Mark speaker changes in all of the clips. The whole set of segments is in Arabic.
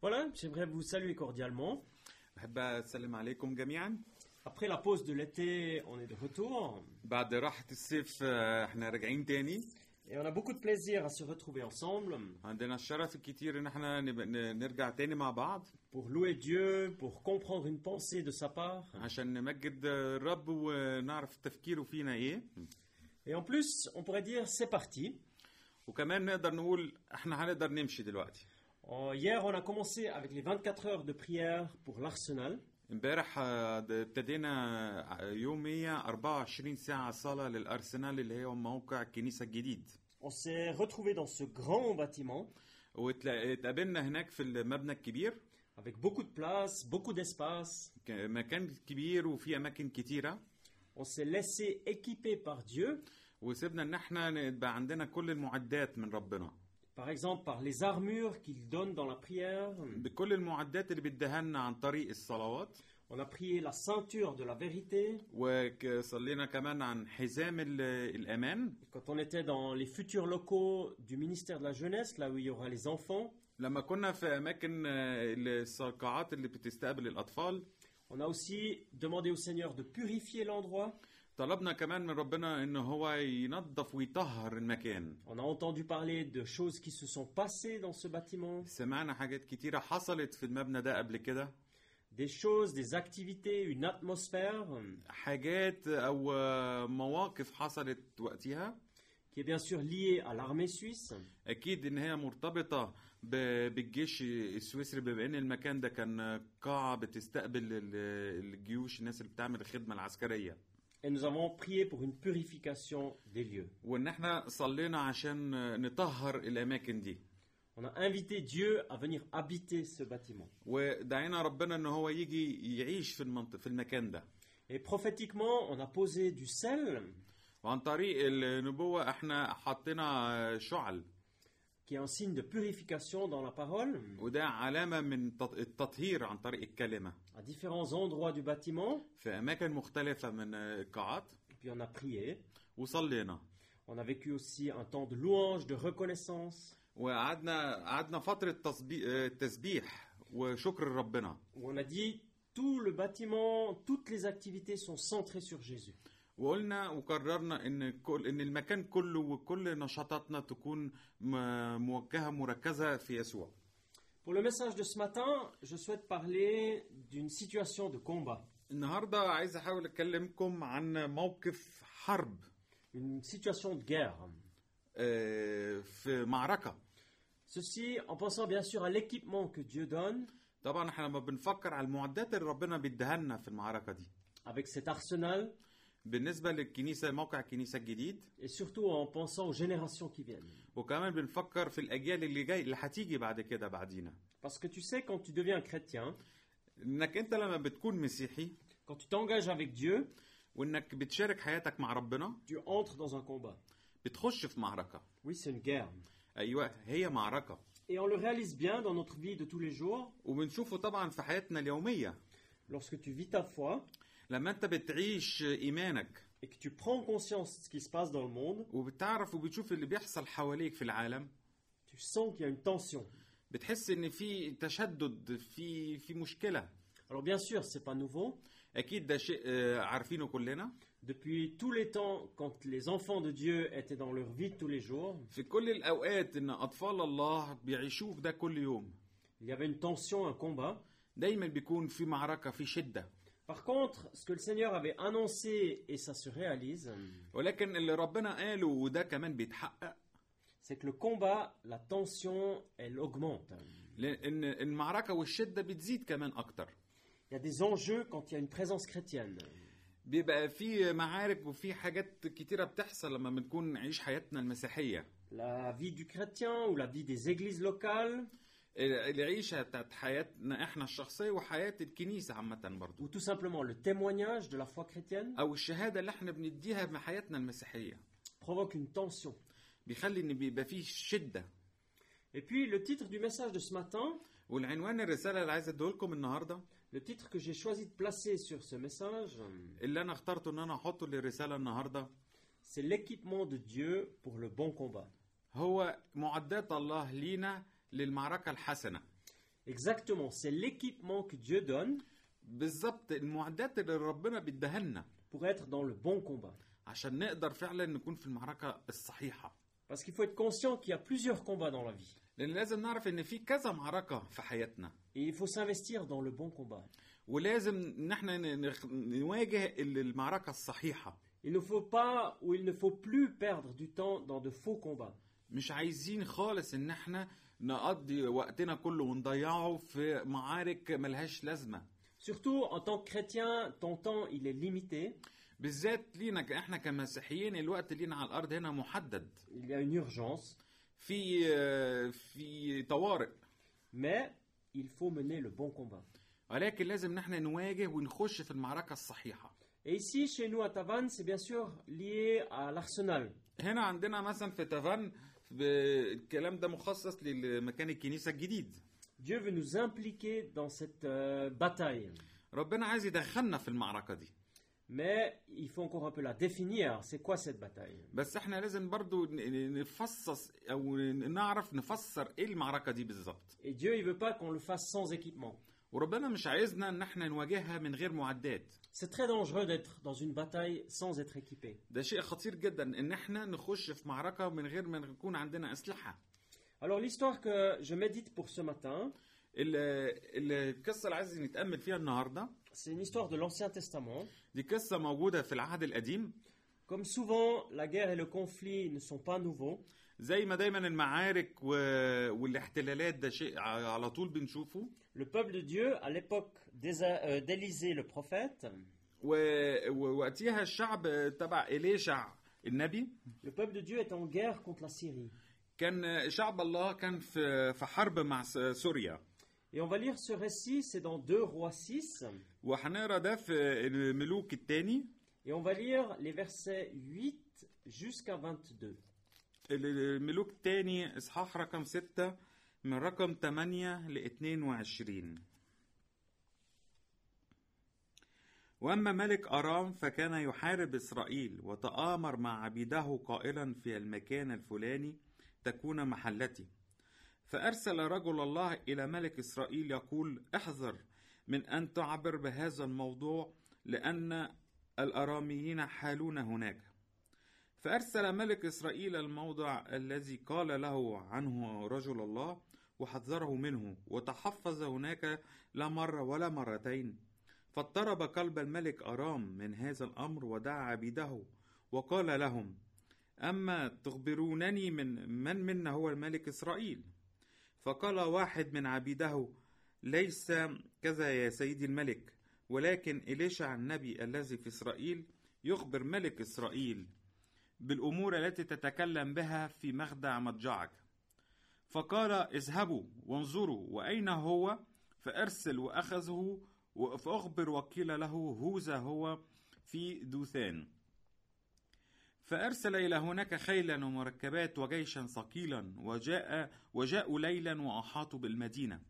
Speaker 1: Voilà, j'aimerais vous saluer cordialement.
Speaker 2: بحب أسلم عليكم جميعا
Speaker 1: Après la pause de l'été, on est de retour.
Speaker 2: بعد راحة الصيف آه، احنا راجعين تاني
Speaker 1: Et on a beaucoup de plaisir à se retrouver ensemble
Speaker 2: عندنا الشرف الكتير ان احنا نب- ن- نرجع تاني مع بعض
Speaker 1: pour louer Dieu, pour comprendre une pensée de sa part.
Speaker 2: عشان نمجد آه، الرب ونعرف تفكيره فينا ايه
Speaker 1: Et en plus, on pourrait dire c'est parti.
Speaker 2: وكمان نقدر نقول احنا هنقدر نمشي دلوقتي
Speaker 1: Euh, hier, on a commencé avec les 24 heures de prière pour l'Arsenal.
Speaker 2: امبارح آه، د- ابتدينا آه، يوم 124 ساعة صلاة للأرسنال اللي هي موقع الكنيسة الجديد
Speaker 1: On s'est retrouvés dans ce grand bâtiment
Speaker 2: واتقابلنا هناك في المبنى الكبير
Speaker 1: avec beaucoup de place, beaucoup d'espace.
Speaker 2: ك- مكان كبير وفيه أماكن كتيرة
Speaker 1: On s'est laissé équiper par Dieu,
Speaker 2: وسيبنا ان احنا نبقى عندنا كل المعدات من ربنا
Speaker 1: par exemple par les armures qu'il donne dans la prière.
Speaker 2: بكل المعدات اللي بيديها لنا عن طريق الصلوات
Speaker 1: On a prié la ceinture de la vérité.
Speaker 2: وصلينا كمان عن حزام ال- الامان
Speaker 1: Quand on était dans les futurs locaux du ministère de la Jeunesse, là où il y aura les enfants,
Speaker 2: لما كنا في اماكن آه، القاعات اللي بتستقبل الاطفال
Speaker 1: on a aussi demandé au Seigneur de purifier l'endroit.
Speaker 2: طلبنا كمان من ربنا ان هو ينظف ويطهر المكان
Speaker 1: On a entendu parler de choses qui se sont passées dans ce bâtiment,
Speaker 2: سمعنا حاجات كتيرة حصلت في المبنى ده قبل كده
Speaker 1: des choses, des activités, une atmosphère
Speaker 2: حاجات او آه، مواقف حصلت وقتها
Speaker 1: qui est bien sûr liée à l'armée suisse.
Speaker 2: اكيد ان هي مرتبطه ب- بالجيش السويسري بما ان المكان ده كان قاعه بتستقبل ال- الجيوش الناس اللي بتعمل الخدمه العسكريه
Speaker 1: Et nous avons prié pour une purification des lieux.
Speaker 2: وان احنا صلينا عشان نطهر الاماكن دي
Speaker 1: On a invité Dieu à venir habiter ce bâtiment.
Speaker 2: ودعينا ربنا ان هو يجي يعيش في المنطقه في المكان ده
Speaker 1: Et prophétiquement, on a posé du sel,
Speaker 2: وعن طريق النبوه احنا حطينا شعل
Speaker 1: qui est un signe de purification dans la parole,
Speaker 2: وده علامه من تط- التطهير عن طريق الكلمه
Speaker 1: à différents endroits du bâtiment.
Speaker 2: في اماكن مختلفه من القاعات
Speaker 1: Et puis on a prié.
Speaker 2: وصلينا
Speaker 1: On a vécu aussi un temps de louange, de reconnaissance,
Speaker 2: وقعدنا قعدنا فترة تصبي- آه، تسبيح وشكر ربنا
Speaker 1: où on a dit tout le bâtiment, toutes les activités sont centrées sur Jésus.
Speaker 2: وقلنا وقررنا ان كل ان المكان كله وكل نشاطاتنا تكون م- موجهه مركزه في يسوع.
Speaker 1: Pour le message de ce matin, je souhaite parler d'une situation de combat,
Speaker 2: النهارده عايز احاول اكلمكم عن موقف حرب
Speaker 1: une situation de guerre.
Speaker 2: آه، في معركه.
Speaker 1: Ceci en pensant bien sûr à l'équipement que Dieu donne
Speaker 2: طبعا احنا لما بنفكر على المعدات اللي ربنا بيديها لنا في المعركه دي.
Speaker 1: avec cet arsenal
Speaker 2: بالنسبه للكنيسه موقع الكنيسه الجديد
Speaker 1: et surtout en pensant aux générations qui viennent.
Speaker 2: وكمان بنفكر في الاجيال اللي جاي اللي هتيجي بعد كده بعدينا.
Speaker 1: Parce que tu sais, quand tu deviens chrétien,
Speaker 2: انك انت لما بتكون مسيحي
Speaker 1: quand tu t'engages avec Dieu,
Speaker 2: وانك بتشارك حياتك مع ربنا
Speaker 1: tu entres dans un combat.
Speaker 2: بتخش في معركه
Speaker 1: Oui, c'est une guerre.
Speaker 2: ايوه هي معركه
Speaker 1: Et on le réalise bien dans notre vie de tous les jours,
Speaker 2: وبنشوفه طبعا في حياتنا اليوميه
Speaker 1: lorsque tu vis ta foi
Speaker 2: لما انت بتعيش ايمانك
Speaker 1: et que tu prends conscience de ce qui se passe dans le monde,
Speaker 2: وبتعرف وبتشوف اللي بيحصل حواليك في العالم
Speaker 1: tu sens qu'il y a une tension.
Speaker 2: بتحس ان في تشدد في في مشكله
Speaker 1: Alors bien sûr, c'est pas nouveau.
Speaker 2: اكيد ده شيء آه، عارفينه كلنا
Speaker 1: Depuis tous les temps, quand les enfants de Dieu étaient dans leur vie de tous les jours,
Speaker 2: في كل الاوقات ان اطفال الله بيعيشوه في ده كل يوم
Speaker 1: il y avait une tension, un combat.
Speaker 2: دايما بيكون في معركه في شده
Speaker 1: Par contre, ce que le Seigneur avait annoncé, et ça se réalise,
Speaker 2: ولكن اللي ربنا قاله وده كمان بيتحقق
Speaker 1: c'est que le combat, la tension, elle augmente.
Speaker 2: لان المعركه والشده بتزيد كمان اكتر
Speaker 1: Il y a des enjeux quand il y a une présence chrétienne.
Speaker 2: بيبقى في معارك وفي حاجات كتيره بتحصل لما بنكون نعيش حياتنا المسيحيه
Speaker 1: La vie du chrétien ou la vie des églises locales,
Speaker 2: ال- العيشه بتاعت حياتنا احنا الشخصيه وحياه الكنيسه عامه برضو
Speaker 1: ou tout simplement le témoignage de la foi chrétienne,
Speaker 2: او الشهاده اللي احنا بنديها في حياتنا المسيحيه
Speaker 1: provoque une tension.
Speaker 2: بيخلي ان بيبقى فيه شده
Speaker 1: Et puis le titre du message de ce matin,
Speaker 2: والعنوان الرساله اللي عايز اديه لكم النهارده
Speaker 1: le titre que j'ai choisi de placer sur ce message,
Speaker 2: اللي انا اخترته ان انا احطه للرساله النهارده
Speaker 1: c'est l'équipement de Dieu pour le bon combat.
Speaker 2: هو معدات الله لينا للمعركه الحسنه
Speaker 1: Exactement, c'est l'équipement que Dieu donne
Speaker 2: بالظبط المعدات اللي ربنا بيديها لنا
Speaker 1: pour être dans le bon combat.
Speaker 2: عشان نقدر فعلا نكون في المعركه الصحيحه
Speaker 1: Parce qu'il faut être conscient qu'il y a plusieurs combats dans la vie.
Speaker 2: لان لازم نعرف ان في كذا معركه في حياتنا
Speaker 1: Et il faut s'investir dans le bon combat.
Speaker 2: ولازم ان احنا ن- نخ- نواجه ال- المعركه الصحيحه
Speaker 1: Il ne faut pas ou il ne faut plus perdre du temps dans de faux combats.
Speaker 2: مش عايزين خالص ان احنا نقضي وقتنا كله ونضيعه في معارك ملهاش لازمه
Speaker 1: Surtout en tant que chrétien, ton temps il est limité,
Speaker 2: بالذات لينا ك- احنا كمسيحيين الوقت لينا على الارض هنا محدد
Speaker 1: il y a une urgence,
Speaker 2: في آه، في طوارئ
Speaker 1: mais il faut mener le bon combat.
Speaker 2: ولكن لازم ان احنا نواجه ونخش في المعركه الصحيحه
Speaker 1: Et ici, chez nous à Tavannes, c'est bien sûr lié à l'arsenal.
Speaker 2: هنا عندنا مثلا في تافان ب- الكلام ده مخصص لمكان الكنيسه الجديد
Speaker 1: Dieu veut nous impliquer dans cette euh, bataille,
Speaker 2: ربنا عايز يدخلنا في المعركه دي
Speaker 1: mais il faut encore un peu la définir. C'est quoi cette bataille
Speaker 2: بس احنا لازم برضو ن- ن- نفصص او ن- نعرف نفسر ايه المعركه دي بالظبط
Speaker 1: Et Dieu, il veut pas qu'on le fasse sans équipement.
Speaker 2: وربنا مش عايزنا ان احنا نواجهها من غير معدات
Speaker 1: C'est très dangereux d'être dans une bataille sans être équipé.
Speaker 2: ده شيء خطير جدا ان احنا نخش في معركه من غير ما يكون عندنا اسلحه
Speaker 1: Alors l'histoire que je médite pour ce matin,
Speaker 2: ال- ال- القصه اللي عايز نتامل فيها النهارده
Speaker 1: c'est une histoire de l'Ancien Testament.
Speaker 2: دي قصه موجوده في العهد القديم
Speaker 1: Comme souvent, la guerre et le conflit ne sont pas nouveaux.
Speaker 2: زي ما دايما المعارك و... والاحتلالات ده شيء ع- على طول بنشوفه
Speaker 1: Le peuple de Dieu, à l'époque d'Ésa- euh, d'Élisée le prophète,
Speaker 2: و... ووقتها الشعب تبع إليشع النبي
Speaker 1: le peuple de Dieu est en guerre contre la Syrie.
Speaker 2: كان شعب الله كان في في حرب مع س- سوريا
Speaker 1: Et on va lire ce récit, c'est dans 2 Rois 6,
Speaker 2: وهنقرا ده في الملوك الثاني
Speaker 1: et on va lire les versets 8 jusqu'à 22.
Speaker 2: الملوك الثاني اصحاح رقم 6 من رقم 8 ل 22 واما ملك ارام فكان يحارب اسرائيل وتآمر مع عبيده قائلا في المكان الفلاني تكون محلتي فارسل رجل الله الى ملك اسرائيل يقول احذر من ان تعبر بهذا الموضوع لان الاراميين حالون هناك فأرسل ملك إسرائيل الموضع الذي قال له عنه رجل الله وحذره منه وتحفظ هناك لا مرة ولا مرتين فاضطرب قلب الملك أرام من هذا الأمر ودعا عبيده وقال لهم أما تخبرونني من من منا هو الملك إسرائيل فقال واحد من عبيده ليس كذا يا سيدي الملك ولكن إليشع النبي الذي في إسرائيل يخبر ملك إسرائيل بالأمور التي تتكلم بها في مخدع مضجعك فقال اذهبوا وانظروا وأين هو فأرسل وأخذه فأخبر وقيل له هوذا هو في دوثان فأرسل إلى هناك خيلا ومركبات وجيشا ثقيلا وجاء وجاءوا ليلا وأحاطوا بالمدينة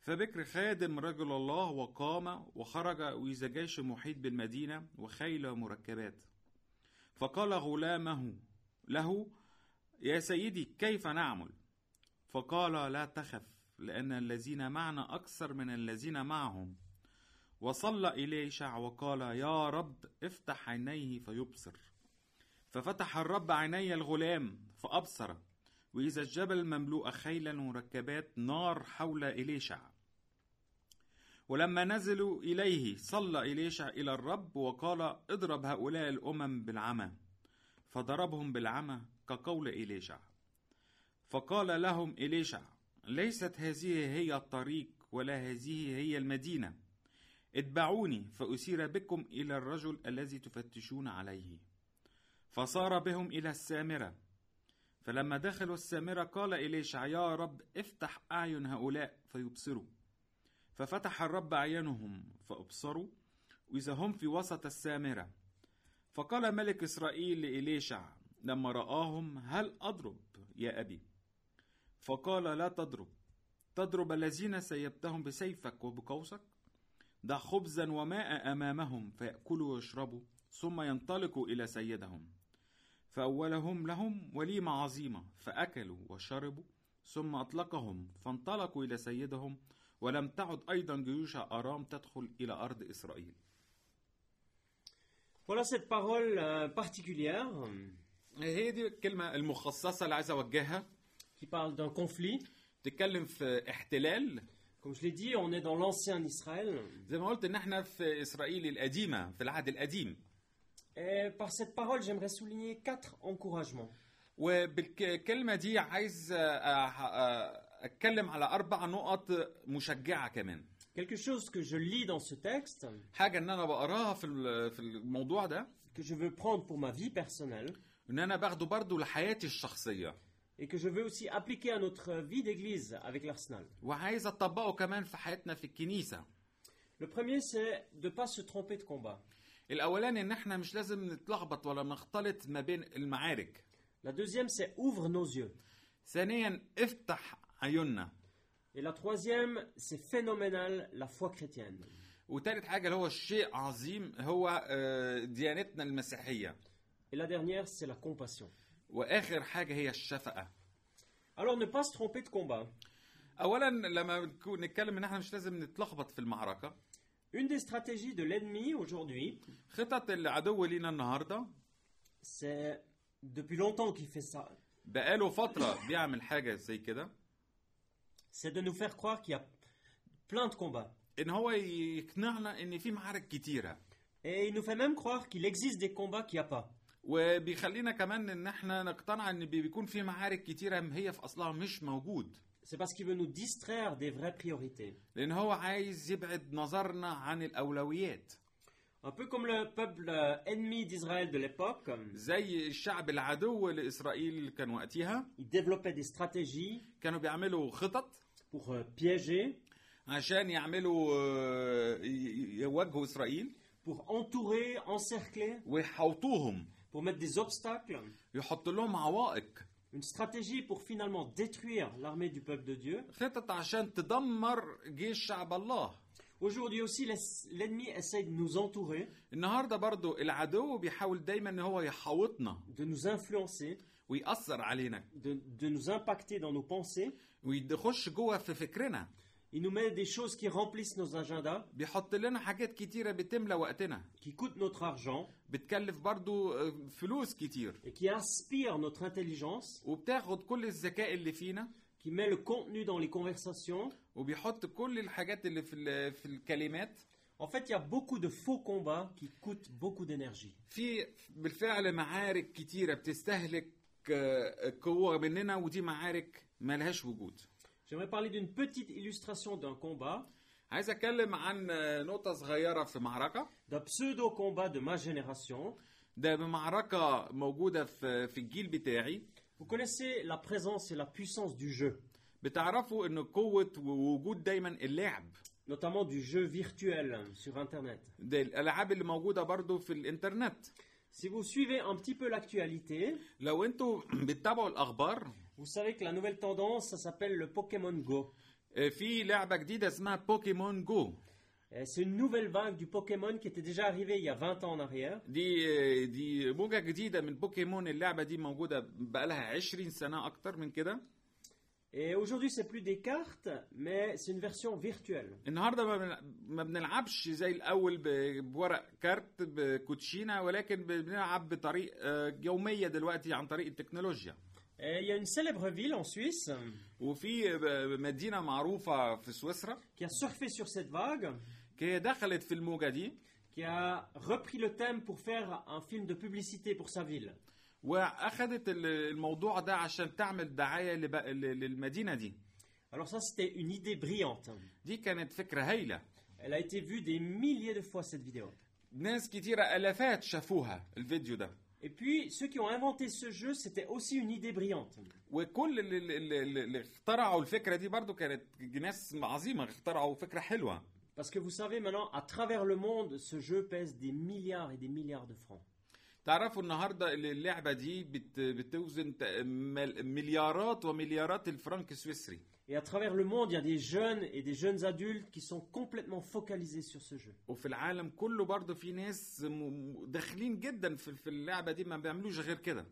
Speaker 2: فبكر خادم رجل الله وقام وخرج إذا جيش محيط بالمدينة وخيل ومركبات فقال غلامه له يا سيدي كيف نعمل فقال لا تخف لأن الذين معنا أكثر من الذين معهم وصلى إليشع وقال يا رب افتح عينيه فيبصر ففتح الرب عيني الغلام فأبصر وإذا الجبل مملوء خيلا مركبات نار حول إليشع ولما نزلوا إليه صلى إليشع إلى الرب وقال اضرب هؤلاء الأمم بالعمى فضربهم بالعمى كقول إليشع فقال لهم إليشع ليست هذه هي الطريق ولا هذه هي المدينة اتبعوني فأسير بكم إلى الرجل الذي تفتشون عليه فصار بهم إلى السامرة فلما دخلوا السامرة قال إليشع يا رب افتح أعين هؤلاء فيبصروا ففتح الرب أعينهم فأبصروا وإذا هم في وسط السامرة فقال ملك إسرائيل لإليشع لما رآهم هل أضرب يا أبي فقال لا تضرب تضرب الذين سيبتهم بسيفك وبقوسك دع خبزا وماء أمامهم فيأكلوا ويشربوا ثم ينطلقوا إلى سيدهم فأولهم لهم وليمة عظيمة فأكلوا وشربوا ثم أطلقهم فانطلقوا إلى سيدهم ولم تعد أيضا جيوش أرام تدخل إلى أرض إسرائيل
Speaker 1: Voilà cette parole euh, particulière euh,
Speaker 2: هي دي الكلمة المخصصة اللي عايز أوجهها
Speaker 1: qui parle d'un conflit.
Speaker 2: تتكلم في احتلال
Speaker 1: Comme je l'ai dit, on est dans l'ancien Israël.
Speaker 2: زي ما قلت إن احنا في إسرائيل القديمة في العهد القديم
Speaker 1: Et par cette parole, j'aimerais souligner quatre encouragements.
Speaker 2: وبالكلمة دي عايز آه، آه، أتكلم على أربع نقط مشجعة كمان
Speaker 1: Quelque chose que je lis dans ce texte,
Speaker 2: حاجة إن أنا بقراها في ال- في الموضوع ده
Speaker 1: que je veux prendre pour ma vie personnelle
Speaker 2: إن أنا باخده برضو لحياتي الشخصية
Speaker 1: et que je veux aussi appliquer à notre vie d'église avec l'Arsenal.
Speaker 2: وعايز اطبقه كمان في حياتنا في الكنيسه
Speaker 1: Le premier, c'est de ne pas se tromper de combat.
Speaker 2: الاولاني ان احنا مش لازم نتلخبط ولا نختلط ما بين المعارك
Speaker 1: La deuxième, c'est ouvre nos yeux.
Speaker 2: ثانيا افتح عيوننا
Speaker 1: Et la troisième, c'est phénoménal, la foi chrétienne.
Speaker 2: وتالت حاجه اللي هو الشيء عظيم هو آه، ديانتنا المسيحيه
Speaker 1: Et la dernière, c'est la compassion.
Speaker 2: واخر حاجه هي الشفقه
Speaker 1: Alors ne pas se tromper de combat.
Speaker 2: اولا لما بنكون- نتكلم ان احنا مش لازم نتلخبط في المعركه
Speaker 1: Une des stratégies de l'ennemi aujourd'hui,
Speaker 2: خطط العدو لينا النهارده
Speaker 1: c'est depuis longtemps qu'il fait ça,
Speaker 2: بقاله فتره بيعمل حاجه زي كده
Speaker 1: c'est de nous faire croire qu'il y a plein de combats.
Speaker 2: ان هو يقنعنا ان في معارك كتيره
Speaker 1: Et il nous fait même croire qu'il existe des combats qu'il n'y a pas.
Speaker 2: وبيخلينا كمان ان احنا نقتنع ان بي- بيكون في معارك كتيره هي في اصلها مش موجود
Speaker 1: C'est parce qu'il veut nous distraire des vraies priorités.
Speaker 2: لان هو عايز يبعد نظرنا عن الاولويات
Speaker 1: Un peu comme le peuple euh, ennemi d'Israël de l'époque,
Speaker 2: زي الشعب العدو لاسرائيل كان وقتها
Speaker 1: il développait des stratégies
Speaker 2: كانوا بيعملوا خطط
Speaker 1: pour euh, piéger,
Speaker 2: عشان يعملوا آه، ي- يواجهوا اسرائيل
Speaker 1: pour entourer, encercler,
Speaker 2: ويحوطوهم
Speaker 1: pour mettre des obstacles.
Speaker 2: يحط لهم عوائق
Speaker 1: Une stratégie pour finalement détruire l'armée du peuple de Dieu.
Speaker 2: خطط عشان تدمر جيش شعب الله
Speaker 1: Aujourd'hui aussi, l'es- l'ennemi essaye de nous entourer,
Speaker 2: النهارده برضو العدو بيحاول دايما ان هو يحوطنا
Speaker 1: de nous influencer,
Speaker 2: ويأثر علينا
Speaker 1: de, de nous impacter dans nos pensées.
Speaker 2: ويخش جوه في فكرنا
Speaker 1: Il nous met des choses qui remplissent nos agendas,
Speaker 2: بيحط لنا حاجات كتيرة بتملى وقتنا
Speaker 1: qui coûtent notre argent
Speaker 2: بتكلف برضو آه، فلوس كتير
Speaker 1: et qui inspirent notre intelligence,
Speaker 2: وبتاخد كل الذكاء اللي فينا
Speaker 1: qui met le contenu dans les conversations.
Speaker 2: وبيحط كل الحاجات اللي في ال- في الكلمات
Speaker 1: En fait, il y a beaucoup de faux combats qui coûtent beaucoup d'énergie.
Speaker 2: في بالفعل معارك كتيرة بتستهلك آه، قوة مننا ودي معارك ملهاش وجود
Speaker 1: J'aimerais parler d'une petite illustration d'un combat,
Speaker 2: عايز اتكلم عن آه، نقطة صغيرة في معركة
Speaker 1: d'un pseudo-combat de ma génération.
Speaker 2: ده معركة موجودة في في الجيل بتاعي
Speaker 1: Vous connaissez la présence et la puissance du jeu,
Speaker 2: بتعرفوا ان قوة ووجود دايما اللعب
Speaker 1: notamment du jeu virtuel sur Internet.
Speaker 2: ده الالعاب اللي موجوده برضو في الانترنت
Speaker 1: Si vous suivez un petit peu l'actualité,
Speaker 2: لو انتوا بتتابعوا الاخبار
Speaker 1: vous savez que la nouvelle tendance, ça s'appelle le Pokémon Go.
Speaker 2: آه، في لعبه جديده اسمها بوكيمون جو
Speaker 1: Euh, C'est une nouvelle vague du Pokémon qui était déjà arrivée il y a 20 ans en arrière.
Speaker 2: دي آه، دي موجه جديده من بوكيمون اللعبه دي موجوده بقالها 20 سنه اكتر من كده
Speaker 1: Et aujourd'hui, c'est plus des cartes, mais c'est une version virtuelle.
Speaker 2: النهارده ما بن- ما بنلعبش زي الاول ب- بورق كارت بكوتشينه ولكن ب- بنلعب بطريق آه، يوميه دلوقتي عن طريق التكنولوجيا
Speaker 1: Et il y a une célèbre ville en Suisse euh,
Speaker 2: وفي آه، مدينه معروفه في سويسرا
Speaker 1: qui a surfé sur cette vague,
Speaker 2: هي دخلت في الموجه دي
Speaker 1: qui a repris le thème pour faire un film de publicité pour sa ville.
Speaker 2: واخدت ال- الموضوع ده عشان تعمل دعايه لب- ل- للمدينه دي
Speaker 1: Alors ça, c'était une idée brillante.
Speaker 2: دي كانت فكره هايله
Speaker 1: Elle a été vue des milliers de fois, cette vidéo.
Speaker 2: ناس كتيرة الافات شافوها الفيديو ده
Speaker 1: Et puis, ceux qui ont inventé ce jeu, c'était aussi une idée brillante.
Speaker 2: وكل اللي, اللي, اللي- اللي اخترعوا الفكره دي برضو كانت ناس عظيمه اخترعوا فكره حلوه
Speaker 1: Parce que vous savez maintenant, à travers le monde, ce jeu pèse des milliards et des milliards de francs.
Speaker 2: تعرفوا النهارده اللي اللعبه دي بت بتوزن تق- مل- مليارات ومليارات الفرنك السويسري
Speaker 1: Et à travers le monde, il y a des jeunes et des jeunes adultes qui sont complètement focalisés sur ce jeu.
Speaker 2: وفي العالم كله برضو في ناس م- م- داخلين جدا في في اللعبه دي ما بيعملوش غير كده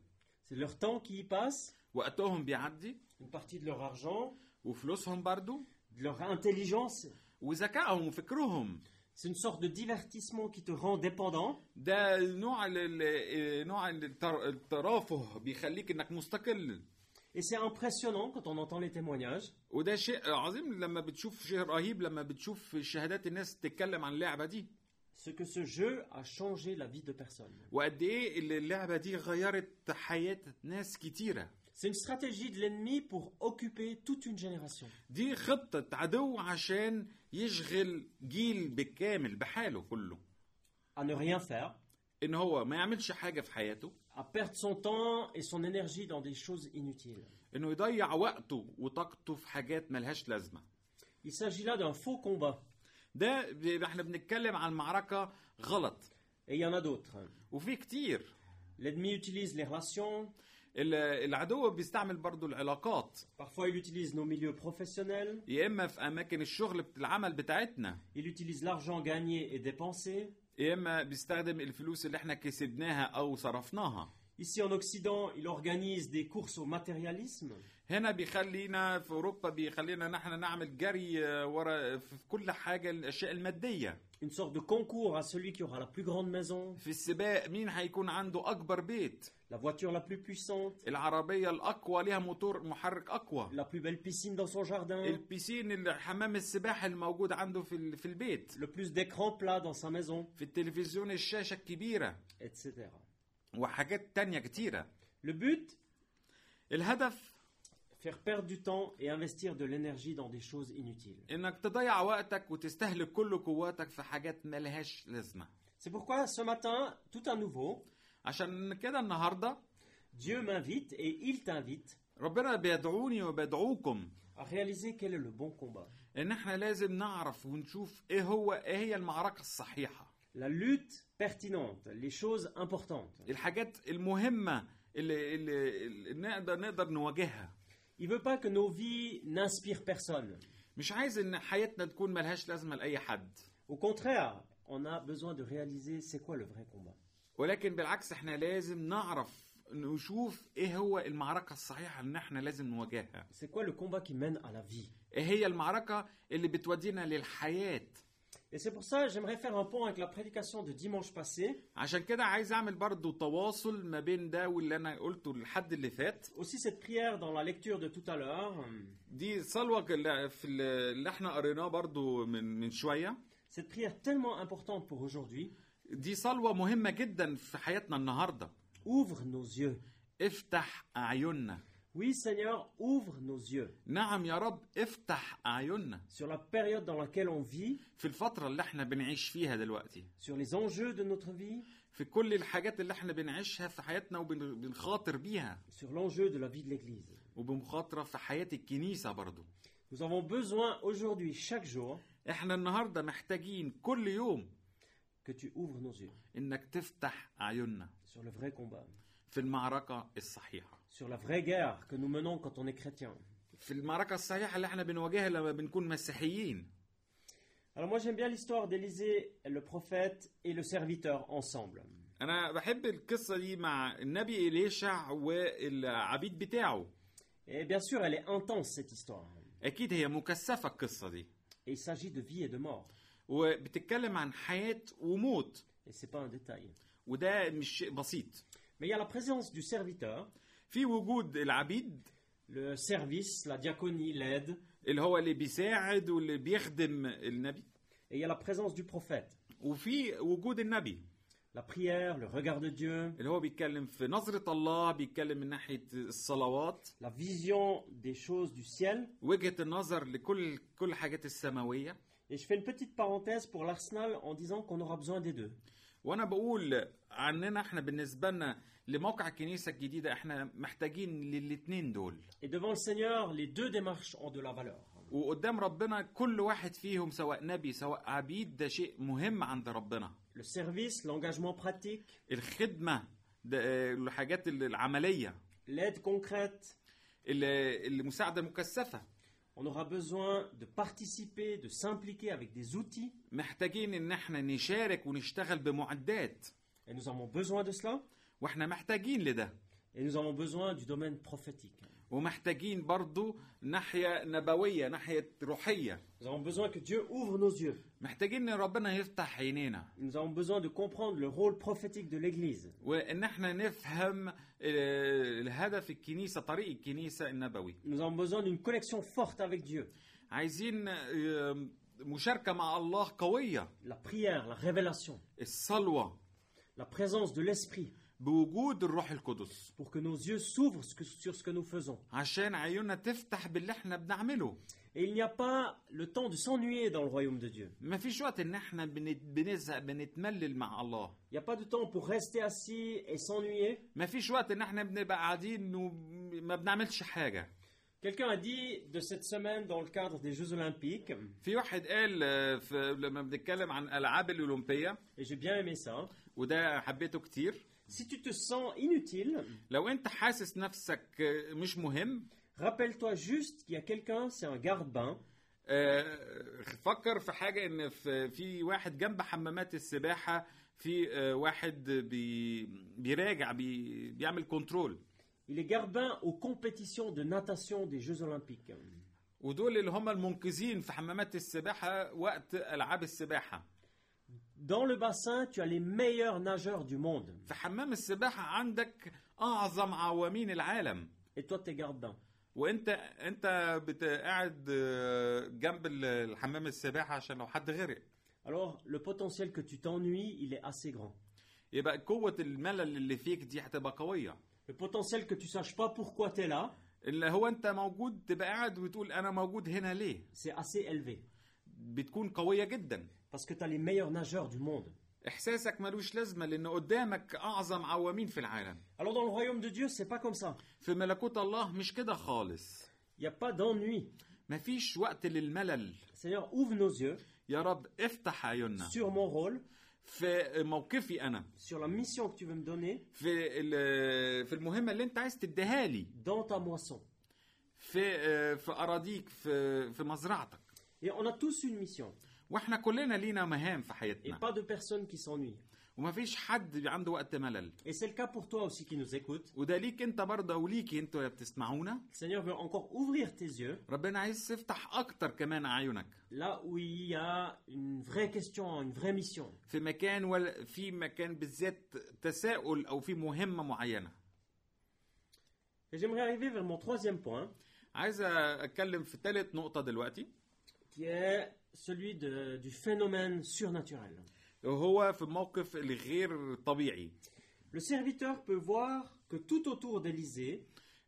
Speaker 1: C'est leur temps qui y passe,
Speaker 2: وقتهم بيعدي
Speaker 1: une partie de leur argent,
Speaker 2: وفلوسهم برضو
Speaker 1: de leur intelligence.
Speaker 2: وذكائهم وفكرهم
Speaker 1: C'est une sorte de divertissement qui te rend dépendant
Speaker 2: ده النوع ال- ال- نوع التر- الترافه بيخليك انك مستقل
Speaker 1: et c'est impressionnant quand on entend les témoignages.
Speaker 2: وده شيء عظيم لما بتشوف شيء رهيب لما بتشوف شهادات الناس تتكلم عن اللعبه دي
Speaker 1: ce que ce jeu a changé la vie de personnes.
Speaker 2: وقد ايه اللي اللعبه دي غيرت حياه ناس كتيره
Speaker 1: C'est une stratégie de l'ennemi pour occuper toute une génération.
Speaker 2: دي خطه عدو عشان يشغل جيل بالكامل بحاله كله
Speaker 1: À ne rien faire,
Speaker 2: ان هو ما يعملش حاجه في حياته
Speaker 1: à perdre son temps et son énergie dans des choses inutiles.
Speaker 2: انه يضيع وقته وطاقته في حاجات ملهاش لازمه
Speaker 1: Il s'agit là d'un faux combat.
Speaker 2: ده ب- احنا بنتكلم عن معركه غلط
Speaker 1: Et il y en a d'autres.
Speaker 2: وفي كتير
Speaker 1: L'ennemi utilise les relations,
Speaker 2: ال- العدو بيستعمل برضو العلاقات
Speaker 1: parfois il utilise nos milieux professionnels,
Speaker 2: يا اما في اماكن الشغل بت- العمل بتاعتنا
Speaker 1: il utilise l'argent gagné et dépensé.
Speaker 2: يا اما بيستخدم الفلوس اللي احنا كسبناها او صرفناها
Speaker 1: Ici en Occident, il organise des courses au matérialisme.
Speaker 2: هنا بيخلينا في اوروبا بيخلينا نحن نعمل جري آه، ورا في كل حاجه الاشياء الماديه
Speaker 1: Une sorte de concours à celui qui aura la plus grande maison,
Speaker 2: في السباق مين هيكون عنده اكبر بيت
Speaker 1: la voiture la plus puissante,
Speaker 2: العربيه الاقوى ليها موتور محرك اقوى
Speaker 1: la plus belle piscine dans son jardin.
Speaker 2: البيسين اللي- حمام السباحه الموجود عنده في ال- في البيت
Speaker 1: le plus d'écrans plats dans sa maison,
Speaker 2: في التلفزيون الشاشه الكبيره
Speaker 1: etc.
Speaker 2: وحاجات تانية كتيره
Speaker 1: Le but
Speaker 2: الهدف
Speaker 1: Faire perdre du temps et investir de l'énergie dans des choses inutiles.
Speaker 2: انك تضيع وقتك وتستهلك كل قواتك في حاجات ملهاش لازمه
Speaker 1: C'est pourquoi ce matin, tout à nouveau,
Speaker 2: عشان كده النهارده
Speaker 1: Dieu m'invite et il t'invite
Speaker 2: ربنا بيدعوني وبيدعوكم
Speaker 1: à réaliser quel est le bon combat.
Speaker 2: ان احنا لازم نعرف ونشوف ايه هو ايه هي المعركه الصحيحه
Speaker 1: La lutte pertinente, les choses importantes.
Speaker 2: الحاجات المهمه اللي, اللي, اللي نقدر نقدر نواجهها
Speaker 1: Il veut pas que nos vies n'inspirent personne.
Speaker 2: مش عايز ان حياتنا تكون ملهاش لازمه لاي حد
Speaker 1: Au contraire, on a besoin de réaliser c'est quoi le vrai combat.
Speaker 2: ولكن بالعكس احنا لازم نعرف نشوف ايه هو المعركه الصحيحه اللي احنا لازم نواجهها
Speaker 1: C'est quoi le combat qui mène à la vie.
Speaker 2: ايه هي المعركه اللي بتودينا للحياه
Speaker 1: Et c'est pour ça j'aimerais faire un pont avec la prédication de dimanche passé
Speaker 2: عشان كده عايز اعمل برضو تواصل ما بين ده واللي انا قلته للحد اللي فات
Speaker 1: Aussi cette prière dans la lecture de tout à l'heure, hum,
Speaker 2: دي صلوة اللي- في ال- اللي احنا قريناه برضو من من شوية
Speaker 1: cette prière tellement importante pour aujourd'hui,
Speaker 2: دي صلوة مهمة جدا في حياتنا النهاردة
Speaker 1: ouvre nos yeux.
Speaker 2: افتح أعيننا
Speaker 1: Oui Seigneur, ouvre nos yeux
Speaker 2: نعم يا رب افتح أعيننا
Speaker 1: sur la période dans laquelle on vit,
Speaker 2: في الفترة اللي احنا بنعيش فيها دلوقتي
Speaker 1: sur les enjeux de notre vie,
Speaker 2: في كل الحاجات اللي احنا بنعيشها في حياتنا وبنخاطر بيها
Speaker 1: sur l'enjeu de la vie de l'Église.
Speaker 2: وبمخاطرة في حياة الكنيسة برضو
Speaker 1: Nous avons besoin aujourd'hui, chaque jour,
Speaker 2: احنا النهاردة محتاجين كل يوم
Speaker 1: que tu ouvres nos yeux
Speaker 2: انك تفتح أعيننا
Speaker 1: sur le vrai combat,
Speaker 2: في المعركة الصحيحة
Speaker 1: sur la vraie guerre que nous menons quand on est chrétien.
Speaker 2: في المعركة الصحيحة اللي احنا بنواجهها لما بنكون مسيحيين
Speaker 1: Alors moi j'aime bien l'histoire d'Élisée, le prophète et le serviteur ensemble.
Speaker 2: انا بحب القصة دي مع النبي إليشع والعبيد بتاعه
Speaker 1: Et bien sûr elle est intense cette histoire.
Speaker 2: اكيد هي مكثفة القصة دي
Speaker 1: Et il s'agit de vie et de mort.
Speaker 2: وبتتكلم عن حياة وموت
Speaker 1: Et c'est pas un détail.
Speaker 2: وده مش شيء بسيط
Speaker 1: Mais il y a la présence du serviteur,
Speaker 2: في وجود العبيد
Speaker 1: le service, la diaconie, l'aide,
Speaker 2: اللي هو اللي بيساعد واللي بيخدم النبي
Speaker 1: et il y a la présence du prophète,
Speaker 2: وفي وجود النبي
Speaker 1: la prière, le regard de Dieu,
Speaker 2: اللي هو بيتكلم في نظرة الله بيتكلم من ناحية الصلوات
Speaker 1: la vision des choses du ciel.
Speaker 2: وجهة النظر لكل كل حاجات السماوية
Speaker 1: Et je fais une petite parenthèse pour l'Arsenal en disant qu'on aura besoin des deux.
Speaker 2: وانا بقول عننا احنا بالنسبه لنا لموقع الكنيسه الجديده احنا محتاجين للاتنين دول
Speaker 1: Et devant le Seigneur, les deux démarches ont de la valeur.
Speaker 2: وقدام ربنا كل واحد فيهم سواء نبي سواء عبيد ده شيء مهم عند ربنا
Speaker 1: Le service, l'engagement pratique,
Speaker 2: الخدمه ده آه، الحاجات ال- العمليه
Speaker 1: l'aide concrète.
Speaker 2: ال- المساعده المكثفه
Speaker 1: On aura besoin de participer, de s'impliquer avec des outils.
Speaker 2: محتاجين ان احنا نشارك ونشتغل بمعدات
Speaker 1: Et nous avons besoin de cela.
Speaker 2: واحنا محتاجين لده
Speaker 1: Et nous avons besoin du domaine prophétique.
Speaker 2: ومحتاجين برضو ناحية نبوية ناحية روحية
Speaker 1: Nous avons besoin que Dieu ouvre nos yeux.
Speaker 2: محتاجين ان ربنا يفتح عينينا
Speaker 1: Nous avons besoin de comprendre le rôle prophétique de l'Église.
Speaker 2: وان احنا نفهم آه، الهدف الكنيسة طريق الكنيسة النبوي
Speaker 1: Nous avons besoin d'une connexion forte avec Dieu.
Speaker 2: عايزين آه، مشاركة مع الله قوية
Speaker 1: La prière, la révélation,
Speaker 2: الصلوة
Speaker 1: la présence de l'Esprit
Speaker 2: بوجود الروح القدس
Speaker 1: pour que nos yeux s'ouvrent ce que- sur ce que nous faisons.
Speaker 2: عشان عيوننا تفتح باللي احنا بنعمله
Speaker 1: Et il n'y a pas le temps de s'ennuyer dans le royaume de Dieu.
Speaker 2: مفيش وقت ان احنا بنت- بنزهق بنتملل مع الله
Speaker 1: Il n'y a pas de temps pour rester assis et s'ennuyer.
Speaker 2: مفيش وقت ان احنا بنبقى قاعدين وما بنعملش حاجة
Speaker 1: Quelqu'un a dit de cette semaine dans le cadre des Jeux Olympiques,
Speaker 2: في واحد قال آه، في لما بنتكلم عن الألعاب الأولمبية
Speaker 1: et j'ai bien aimé ça, hein.
Speaker 2: وده حبيته كتير
Speaker 1: si tu te sens inutile,
Speaker 2: لو انت حاسس نفسك آه، مش مهم
Speaker 1: rappelle-toi juste qu'il y a quelqu'un, c'est un garde-bain,
Speaker 2: آه، فكر في حاجة ان في- في واحد جنب حمامات السباحة في آه، واحد بي بيراجع بي بيعمل كنترول
Speaker 1: il est garde-bain aux compétitions de natation des Jeux Olympiques.
Speaker 2: ودول اللي هم المنقذين في حمامات السباحة وقت ألعاب السباحة
Speaker 1: Dans le bassin, tu as les meilleurs nageurs du monde,
Speaker 2: في حمام السباحة عندك أعظم عوامين العالم
Speaker 1: et toi, tu es garde-bain.
Speaker 2: وانت انت بت- قاعد آه، جنب ال- الحمام السباحه عشان لو حد غرق
Speaker 1: Alors, le potentiel que tu t'ennuies, il est assez grand.
Speaker 2: يبقى قوه الملل اللي فيك دي هتبقى قويه
Speaker 1: Le potentiel que tu saches pas pourquoi tu es là,
Speaker 2: اللي هو انت موجود تبقى قاعد وتقول انا موجود هنا ليه
Speaker 1: c'est assez élevé,
Speaker 2: بتكون قويه جدا
Speaker 1: parce que tu as les meilleurs nageurs du monde.
Speaker 2: احساسك ملوش لازمه لان قدامك اعظم عوامين في العالم
Speaker 1: Alors, dans le royaume de Dieu, c'est pas comme ça.
Speaker 2: في ملكوت الله مش كده خالص
Speaker 1: Il n'y a pas d'ennui.
Speaker 2: مفيش وقت للملل
Speaker 1: Seigneur, ouvre nos yeux
Speaker 2: يا رب افتح عيوننا
Speaker 1: sur mon rôle,
Speaker 2: في موقفي انا
Speaker 1: sur la mission que tu veux me donner
Speaker 2: في ال- في المهمه اللي انت عايز تديها لي
Speaker 1: dans ta moisson.
Speaker 2: في آه، في اراضيك في في مزرعتك
Speaker 1: Et on a tous une mission,
Speaker 2: واحنا كلنا لينا مهام في
Speaker 1: et
Speaker 2: حياتنا
Speaker 1: pas de personne qui s'ennuie.
Speaker 2: ومفيش حد عنده وقت ملل
Speaker 1: Et c'est le cas pour toi aussi qui nous écoute.
Speaker 2: وده ليك انت برضه وليكي انتوا اللي بتسمعونا
Speaker 1: Le Seigneur veut encore ouvrir tes yeux
Speaker 2: ربنا عايز يفتح اكتر كمان اعينك
Speaker 1: là où il y a une vraie question, une vraie mission.
Speaker 2: في مكان ولا في مكان بالذات تساؤل او في مهمه معينه
Speaker 1: Et j'aimerais arriver vers mon troisième point,
Speaker 2: عايز اتكلم في ثالث نقطه دلوقتي
Speaker 1: qui est celui de- du phénomène surnaturel.
Speaker 2: وهو في الموقف الغير طبيعي
Speaker 1: Le serviteur peut voir que tout autour d'Élysée,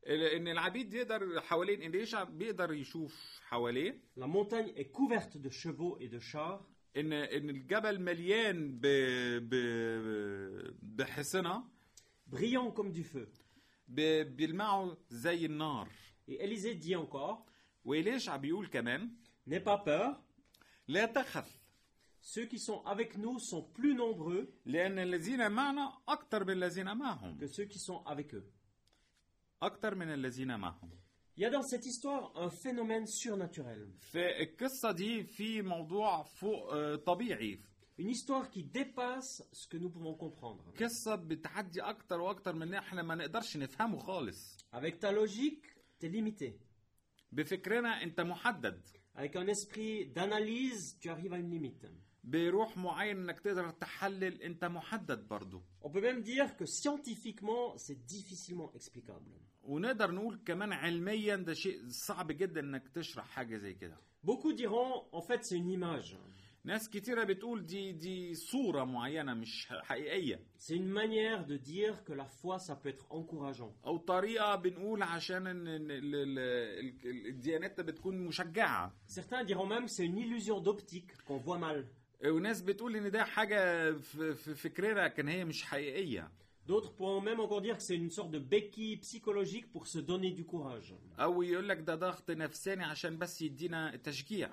Speaker 2: ان العبيد يقدر حوالين إليشع بيقدر يشوف حواليه
Speaker 1: la montagne est couverte de chevaux et de chars,
Speaker 2: ان ان الجبل مليان ب ب بحصنه
Speaker 1: brillants comme du feu.
Speaker 2: ب- بيلمعوا زي النار
Speaker 1: Et Élisée dit encore,
Speaker 2: وإليشع بيقول كمان
Speaker 1: N'aie pas peur,
Speaker 2: لا تخف
Speaker 1: ceux qui sont avec nous sont plus nombreux
Speaker 2: لأن الذين معنا أكتر من الذين معهم
Speaker 1: que ceux qui sont avec eux.
Speaker 2: أكتر من الذين معهم
Speaker 1: Il y a dans cette histoire un phénomène surnaturel,
Speaker 2: في القصة دي في موضوع فوق آه، طبيعي
Speaker 1: une histoire qui dépasse ce que nous pouvons comprendre.
Speaker 2: قصة بتعدي أكتر وأكتر من اللي إحنا ما نقدرش نفهمه خالص
Speaker 1: Avec ta logique, tu es limité.
Speaker 2: بفكرنا أنت محدد
Speaker 1: Avec un esprit d'analyse, tu arrives à une limite.
Speaker 2: بروح معين إنك تقدر تحلل أنت محدد برضه
Speaker 1: On peut même dire que scientifiquement, c'est difficilement explicable.
Speaker 2: ونقدر نقول كمان علميا ده شيء صعب جدا انك تشرح حاجه زي كده
Speaker 1: Beaucoup diront, en fait, c'est une image.
Speaker 2: ناس كتيره بتقول دي دي صوره معينه مش حقيقيه
Speaker 1: C'est une manière de dire que la foi, ça peut être encourageant.
Speaker 2: او طريقه بنقول عشان ان إن ال- ال- ال- ال- الديانات بتكون مشجعه
Speaker 1: Certains diront même, c'est une illusion d'optique qu'on voit mal.
Speaker 2: وناس بتقول ان ده حاجه في في فكرنا كان هي مش حقيقيه
Speaker 1: D'autres pourront même encore dire que c'est une sorte de béquille psychologique pour se donner du courage.
Speaker 2: او يقول لك ده ضغط نفساني عشان بس يدينا تشجيع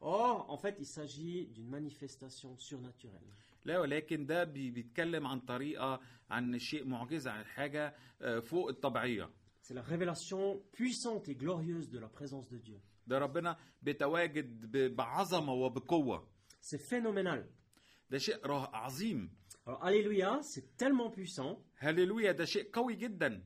Speaker 1: Or, en fait, il s'agit d'une manifestation surnaturelle.
Speaker 2: لا ولكن ده بي- بيتكلم عن طريقه عن شيء معجزه عن حاجه آه، فوق الطبيعيه
Speaker 1: C'est la révélation puissante et glorieuse de la présence de Dieu.
Speaker 2: ده ربنا بيتواجد ب- بعظمه وبقوه
Speaker 1: C'est phénoménal.
Speaker 2: ده شيء ره- عظيم
Speaker 1: Alors, Alléluia, c'est tellement puissant
Speaker 2: هللويا ده شيء قوي جدا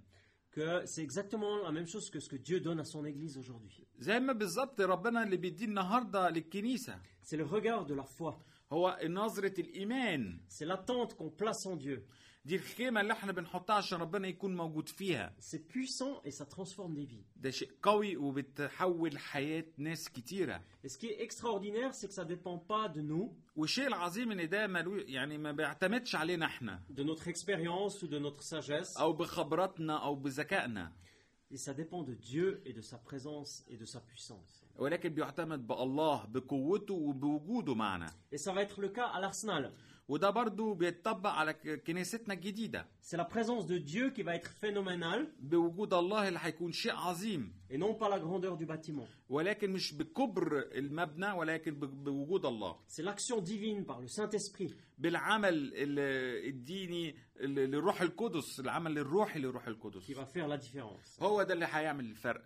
Speaker 1: que que c'est exactement la même chose que ce que Dieu donne à son Église aujourd'hui.
Speaker 2: زي ما بالظبط ربنا اللي بيديه النهارده للكنيسه
Speaker 1: C'est le regard de la foi,
Speaker 2: هو نظره الايمان
Speaker 1: c'est l'attente qu'on place en Dieu.
Speaker 2: دي الخيمه اللي احنا بنحطها عشان ربنا يكون موجود فيها
Speaker 1: C'est puissant et ça transforme des vies.
Speaker 2: ده شيء قوي وبتحول حياه ناس كتيره
Speaker 1: Et ce qui est extraordinaire, c'est que ça ne dépend pas de nous,
Speaker 2: والشيء العظيم ان ده ملو يعني ما بيعتمدش علينا احنا
Speaker 1: de notre expérience ou de notre sagesse,
Speaker 2: او بخبراتنا او بذكائنا
Speaker 1: et ça dépend de Dieu et de sa présence et de sa puissance.
Speaker 2: ولكن بيعتمد بالله بقوته وبوجوده معنا
Speaker 1: Et ça va être le cas à l'Arsenal.
Speaker 2: وده برضو بيتطبق على ك- كنيستنا الجديدة
Speaker 1: C'est la présence de Dieu qui va être phénoménale
Speaker 2: بوجود الله اللي هيكون شيء عظيم
Speaker 1: et non pas la grandeur du bâtiment.
Speaker 2: ولكن مش بكبر المبنى ولكن ب- بوجود الله
Speaker 1: C'est l'action divine par le Saint-Esprit
Speaker 2: بالعمل ال- الديني ال- للروح القدس العمل الروحي للروح
Speaker 1: qui
Speaker 2: القدس
Speaker 1: va faire la différence.
Speaker 2: هو ده اللي هيعمل الفرق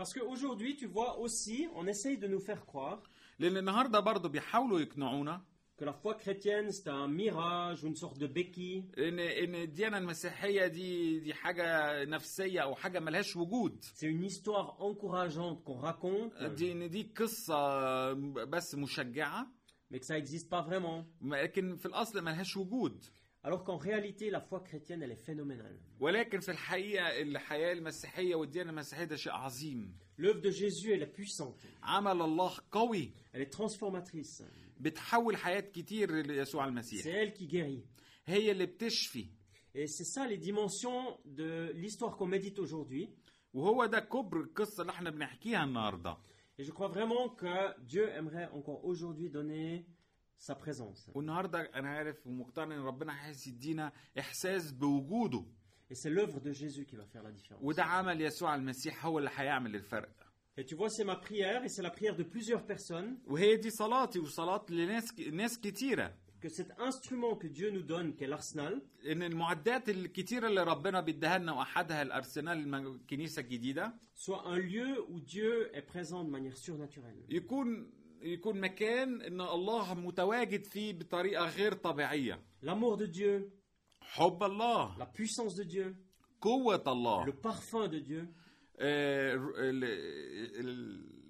Speaker 1: Parce qu'aujourd'hui, tu vois aussi, on essaye de nous faire croire
Speaker 2: لان النهارده برضه بيحاولوا يقنعونا
Speaker 1: que la foi chrétienne, c'est un mirage ou une sorte de béquille
Speaker 2: ان ان الديانه المسيحيه دي دي حاجه نفسيه او حاجه ملهاش وجود
Speaker 1: C'est une histoire encourageante qu'on raconte,
Speaker 2: دي ان دي قصه بس مشجعه
Speaker 1: mais que ça n'existe pas vraiment.
Speaker 2: لكن في الاصل ملهاش وجود
Speaker 1: Alors qu'en réalité, la foi chrétienne, elle est phénoménale.
Speaker 2: ولكن في الحقيقه الحياه المسيحيه والديانه المسيحيه ده شيء عظيم
Speaker 1: L'œuvre de Jésus, elle est puissante,
Speaker 2: عمل الله قوي
Speaker 1: elle est transformatrice.
Speaker 2: بتحول حياه كتير ليسوع
Speaker 1: C'est
Speaker 2: المسيح
Speaker 1: elle qui guérit.
Speaker 2: هي اللي بتشفي
Speaker 1: Et c'est ça les dimensions de l'histoire qu'on médite aujourd'hui.
Speaker 2: وهو ده كبر القصه اللي احنا بنحكيها النهارده
Speaker 1: Et je crois vraiment que Dieu aimerait encore aujourd'hui donner sa présence.
Speaker 2: والنهارده انا عارف ومقتنع ان ربنا عايز يدينا احساس بوجوده
Speaker 1: Et c'est l'œuvre de Jésus qui va faire la différence.
Speaker 2: وده عمل يسوع المسيح هو اللي هيعمل الفرق
Speaker 1: Et tu vois, c'est ma prière, et c'est la prière de plusieurs personnes,
Speaker 2: وهي دي صلاتي وصلاة لناس ناس كتيرة
Speaker 1: que cet instrument que Dieu nous donne, qu'est l'arsenal,
Speaker 2: ان المعدات الكتيرة اللي ربنا بيديها لنا واحدها الارسنال الم- الكنيسة الجديدة
Speaker 1: soit un lieu où Dieu est présent de manière surnaturelle.
Speaker 2: يكون يكون مكان ان الله متواجد فيه بطريقة غير طبيعية
Speaker 1: L'amour de Dieu,
Speaker 2: حب الله
Speaker 1: la puissance de Dieu,
Speaker 2: قوة الله
Speaker 1: le parfum de Dieu,
Speaker 2: آه، ال- ال-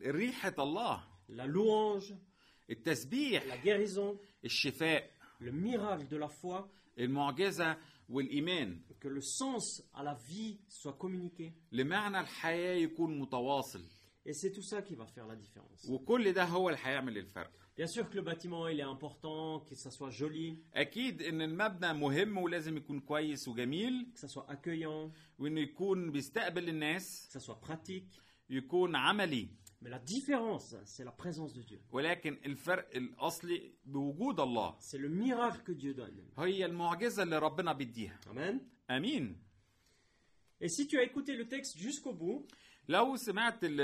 Speaker 2: ال- ريحة الله
Speaker 1: la louange, la
Speaker 2: التسبيح
Speaker 1: guérison,
Speaker 2: الشفاء
Speaker 1: le miracle de la foi,
Speaker 2: المعجزة والإيمان
Speaker 1: que le sens à la vie soit communiqué.
Speaker 2: لمعنى الحياة يكون متواصل
Speaker 1: Et c'est tout ça qui va faire la différence.
Speaker 2: وكل ده هو اللي هيعمل الفرق
Speaker 1: Bien sûr que le bâtiment, il est important, que ça soit joli,
Speaker 2: اكيد ان المبنى مهم ولازم يكون كويس وجميل
Speaker 1: que ça soit accueillant,
Speaker 2: وانه يكون بيستقبل الناس
Speaker 1: que ça soit pratique.
Speaker 2: يكون عملي
Speaker 1: Mais la différence, c'est la présence de Dieu.
Speaker 2: ولكن الفرق الاصلي بوجود الله
Speaker 1: C'est le miracle que Dieu donne.
Speaker 2: هي المعجزه اللي ربنا بيديها
Speaker 1: Amen.
Speaker 2: امين
Speaker 1: Et si tu as écouté le texte jusqu'au bout,
Speaker 2: لو سمعت ال-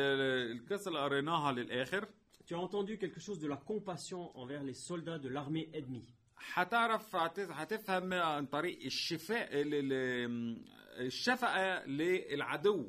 Speaker 2: القصه اللي قريناها للاخر
Speaker 1: tu as entendu quelque chose de la compassion envers les soldats de l'armée ennemie.
Speaker 2: هتعرف هت- هتفهم عن طريق الشفاء ال- ال- الشفقه للعدو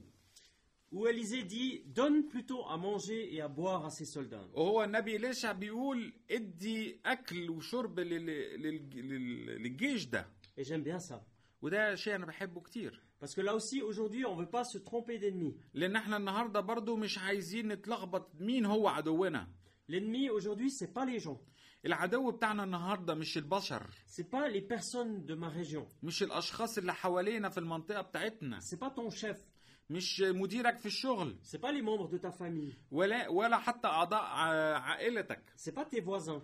Speaker 1: Où Élisée dit Donne plutôt à manger et à boire à ces soldats.
Speaker 2: وهو النبي ليشع بيقول ادي اكل وشرب لل... لل... لل... للجيش ده
Speaker 1: Et j'aime bien ça.
Speaker 2: وده شيء انا بحبه كتير
Speaker 1: Parce que là aussi, aujourd'hui, on ne veut pas se tromper d'ennemi.
Speaker 2: لان احنا النهارده برضو مش عايزين نتلخبط مين هو عدونا
Speaker 1: L'ennemi aujourd'hui, c'est pas les gens,
Speaker 2: العدو بتاعنا النهارده مش البشر
Speaker 1: c'est pas les personnes de ma région,
Speaker 2: مش الاشخاص اللي حوالينا في المنطقه بتاعتنا
Speaker 1: c'est pas ton chef,
Speaker 2: مش مديرك في الشغل
Speaker 1: c'est pas les membres de ta famille,
Speaker 2: ولا ولا حتى اعضاء ع- عائلتك
Speaker 1: c'est pas tes voisins.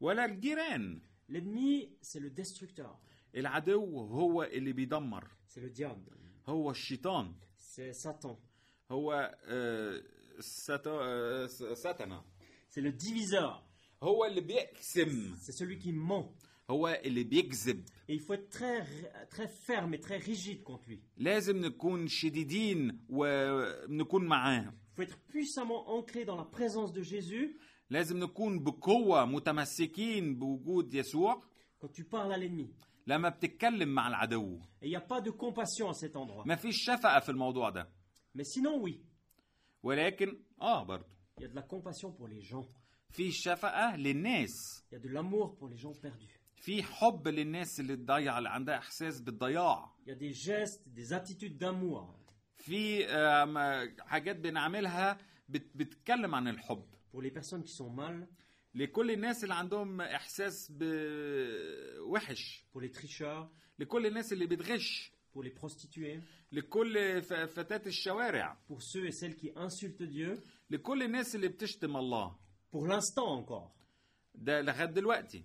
Speaker 2: ولا الجيران
Speaker 1: L'ennemi, c'est le destructeur,
Speaker 2: العدو هو اللي بيدمر
Speaker 1: c'est le diable,
Speaker 2: هو الشيطان
Speaker 1: c'est Satan,
Speaker 2: هو آه، سات- آه، س- ساتنا
Speaker 1: c'est le diviseur,
Speaker 2: هو اللي بيقسم
Speaker 1: c'est celui qui ment.
Speaker 2: هو اللي بيكذب
Speaker 1: Et il faut être très, très ferme et très rigide contre lui.
Speaker 2: لازم نكون شديدين ونكون معاه
Speaker 1: Il faut être puissamment ancré dans la présence de Jésus
Speaker 2: لازم نكون بقوة متمسكين بوجود يسوع
Speaker 1: quand tu parles à l'ennemi.
Speaker 2: لما بتتكلم مع العدو
Speaker 1: Et il n'y a pas de compassion à cet endroit.
Speaker 2: مفيش شفقة في الموضوع ده
Speaker 1: Mais sinon, oui,
Speaker 2: ولكن اه برضو
Speaker 1: il y a de la compassion pour les gens.
Speaker 2: في شفقة للناس
Speaker 1: Il y a de l'amour pour les gens perdus.
Speaker 2: في حب للناس اللي تضيع اللي عندها احساس بالضياع
Speaker 1: Il y a des gestes, des attitudes d'amour.
Speaker 2: في آم، حاجات بنعملها بت- بتتكلم عن الحب
Speaker 1: Pour les personnes qui sont mal,
Speaker 2: لكل الناس اللي عندهم احساس بوحش
Speaker 1: pour les tricheurs,
Speaker 2: لكل الناس اللي بتغش
Speaker 1: pour les prostituées,
Speaker 2: لكل ف- فتاة الشوارع
Speaker 1: pour ceux et celles qui insultent Dieu,
Speaker 2: لكل الناس اللي بتشتم الله
Speaker 1: pour l'instant encore,
Speaker 2: ده لغايه دلوقتي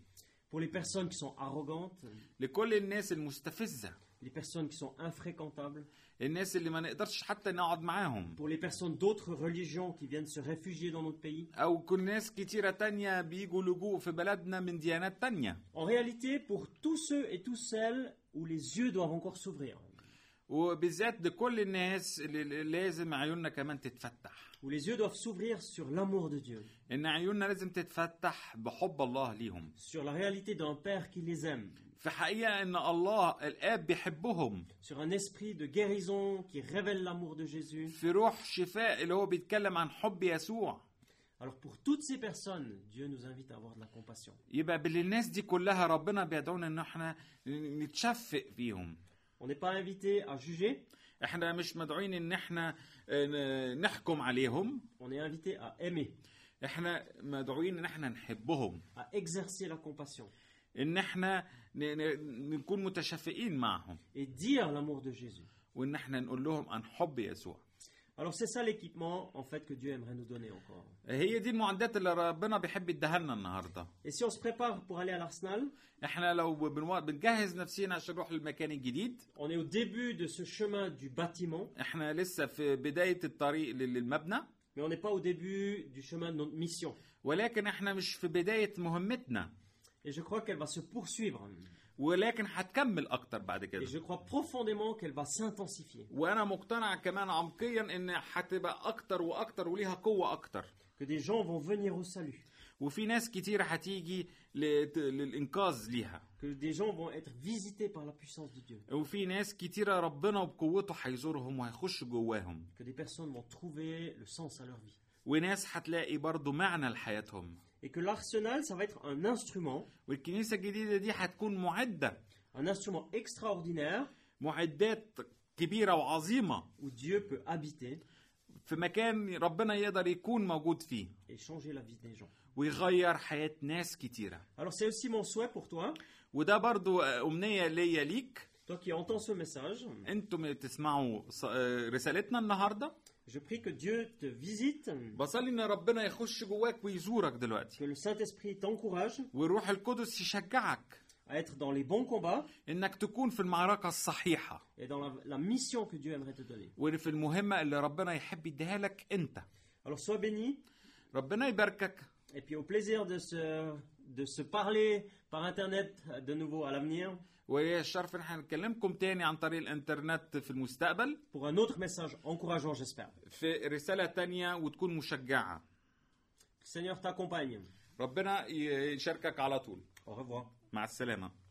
Speaker 1: pour les personnes qui sont arrogantes,
Speaker 2: لكل الناس المستفزه
Speaker 1: les personnes qui sont infréquentables,
Speaker 2: الناس اللي ما نقدرش حتى نقعد معاهم
Speaker 1: pour les personnes d'autres religions qui viennent se réfugier dans notre pays.
Speaker 2: او كل ناس كتيرة تانية بيجوا لجوء في بلدنا من ديانات تانية
Speaker 1: En réalité, pour tous ceux et toutes celles où les yeux doivent encore s'ouvrir,
Speaker 2: وبالذات لكل الناس اللي اللي لازم عيوننا كمان تتفتح
Speaker 1: où les yeux doivent s'ouvrir sur l'amour de Dieu,
Speaker 2: ان عيوننا لازم تتفتح بحب الله ليهم
Speaker 1: sur la réalité d'un Père qui les aime,
Speaker 2: في حقيقة ان الله الاب بيحبهم
Speaker 1: sur un esprit de guérison qui révèle l'amour de Jésus.
Speaker 2: في روح شفاء اللي هو بيتكلم عن حب يسوع
Speaker 1: Alors pour toutes ces personnes, Dieu nous invite à avoir de la compassion.
Speaker 2: يبقى بالناس دي كلها ربنا بيدعونا ان احنا نتشفق فيهم
Speaker 1: On n'est pas invité à juger,
Speaker 2: احنا مش مدعوين ان احنا آه، ن- نحكم عليهم
Speaker 1: on est invité à aimer,
Speaker 2: احنا مدعوين ان احنا نحبهم
Speaker 1: à exercer la compassion
Speaker 2: ان احنا ن- ن- نكون متشفقين معهم
Speaker 1: et dire l'amour de Jésus.
Speaker 2: وان احنا نقول لهم عن حب يسوع
Speaker 1: Alors c'est ça l'équipement en fait que Dieu aimerait nous donner encore.
Speaker 2: هي دي المعدات اللي ربنا بيحب يديها لنا النهارده
Speaker 1: Et si on se prépare pour aller à l'Arsenal,
Speaker 2: احنا لو بنوا- بنجهز نفسينا عشان نروح للمكان الجديد
Speaker 1: on est au début de ce chemin du bâtiment,
Speaker 2: احنا لسه في بدايه الطريق لل- للمبنى
Speaker 1: mais on n'est pas au début du chemin de notre mission.
Speaker 2: ولكن احنا مش في بدايه مهمتنا
Speaker 1: Et je crois qu'elle va se poursuivre.
Speaker 2: ولكن هتكمل اكتر بعد
Speaker 1: Et
Speaker 2: كده
Speaker 1: je crois profondément qu'elle va s'intensifier.
Speaker 2: وانا مقتنع كمان عمقيا ان هتبقى اكتر واكتر وليها قوه اكتر
Speaker 1: Que des gens vont venir au salut.
Speaker 2: وفي ناس كتير هتيجي لت- للانقاذ ليها
Speaker 1: Que des gens vont être visités par la puissance de Dieu.
Speaker 2: وفي ناس كتيرة ربنا بقوته هيزورهم وهيخش جواهم
Speaker 1: Que des personnes vont trouver le sens à leur vie.
Speaker 2: وناس هتلاقي برضو معنى لحياتهم
Speaker 1: Et que l'arsenal, ça va être un instrument,
Speaker 2: والكنيسة الجديدة دي هتكون معدة
Speaker 1: un instrument extraordinaire
Speaker 2: معدات كبيرة وعظيمة
Speaker 1: où Dieu peut habiter
Speaker 2: في مكان ربنا يقدر يكون موجود فيه
Speaker 1: et changer la vie des gens.
Speaker 2: ويغير حياة ناس كتيرة
Speaker 1: Alors c'est aussi mon souhait pour toi,
Speaker 2: وده برضو أمنية ليا ليك
Speaker 1: toi qui entends ce message.
Speaker 2: انتم بتسمعوا ص- آه، رسالتنا النهاردة
Speaker 1: Je prie que Dieu te visite,
Speaker 2: بصلي ان ربنا يخش جواك ويزورك دلوقتي
Speaker 1: que le Saint-Esprit t'encourage
Speaker 2: والروح القدس يشجعك
Speaker 1: à être dans les bons combats
Speaker 2: انك تكون في المعركة الصحيحة
Speaker 1: et dans la, la mission que Dieu aimerait te donner.
Speaker 2: وفي المهمة اللي ربنا يحب يديها لك انت
Speaker 1: Alors sois béni
Speaker 2: ربنا يباركك
Speaker 1: et puis au plaisir de se, de se parler par Internet de nouveau à l'avenir
Speaker 2: وليا الشرف ان احنا نكلمكم تاني عن طريق الانترنت في المستقبل
Speaker 1: pour un autre message encourageant, j'espère.
Speaker 2: في رسالة تانية وتكون مشجعة
Speaker 1: Que le Seigneur t'accompagne.
Speaker 2: ربنا ي- يشاركك على طول
Speaker 1: Au revoir.
Speaker 2: مع السلامة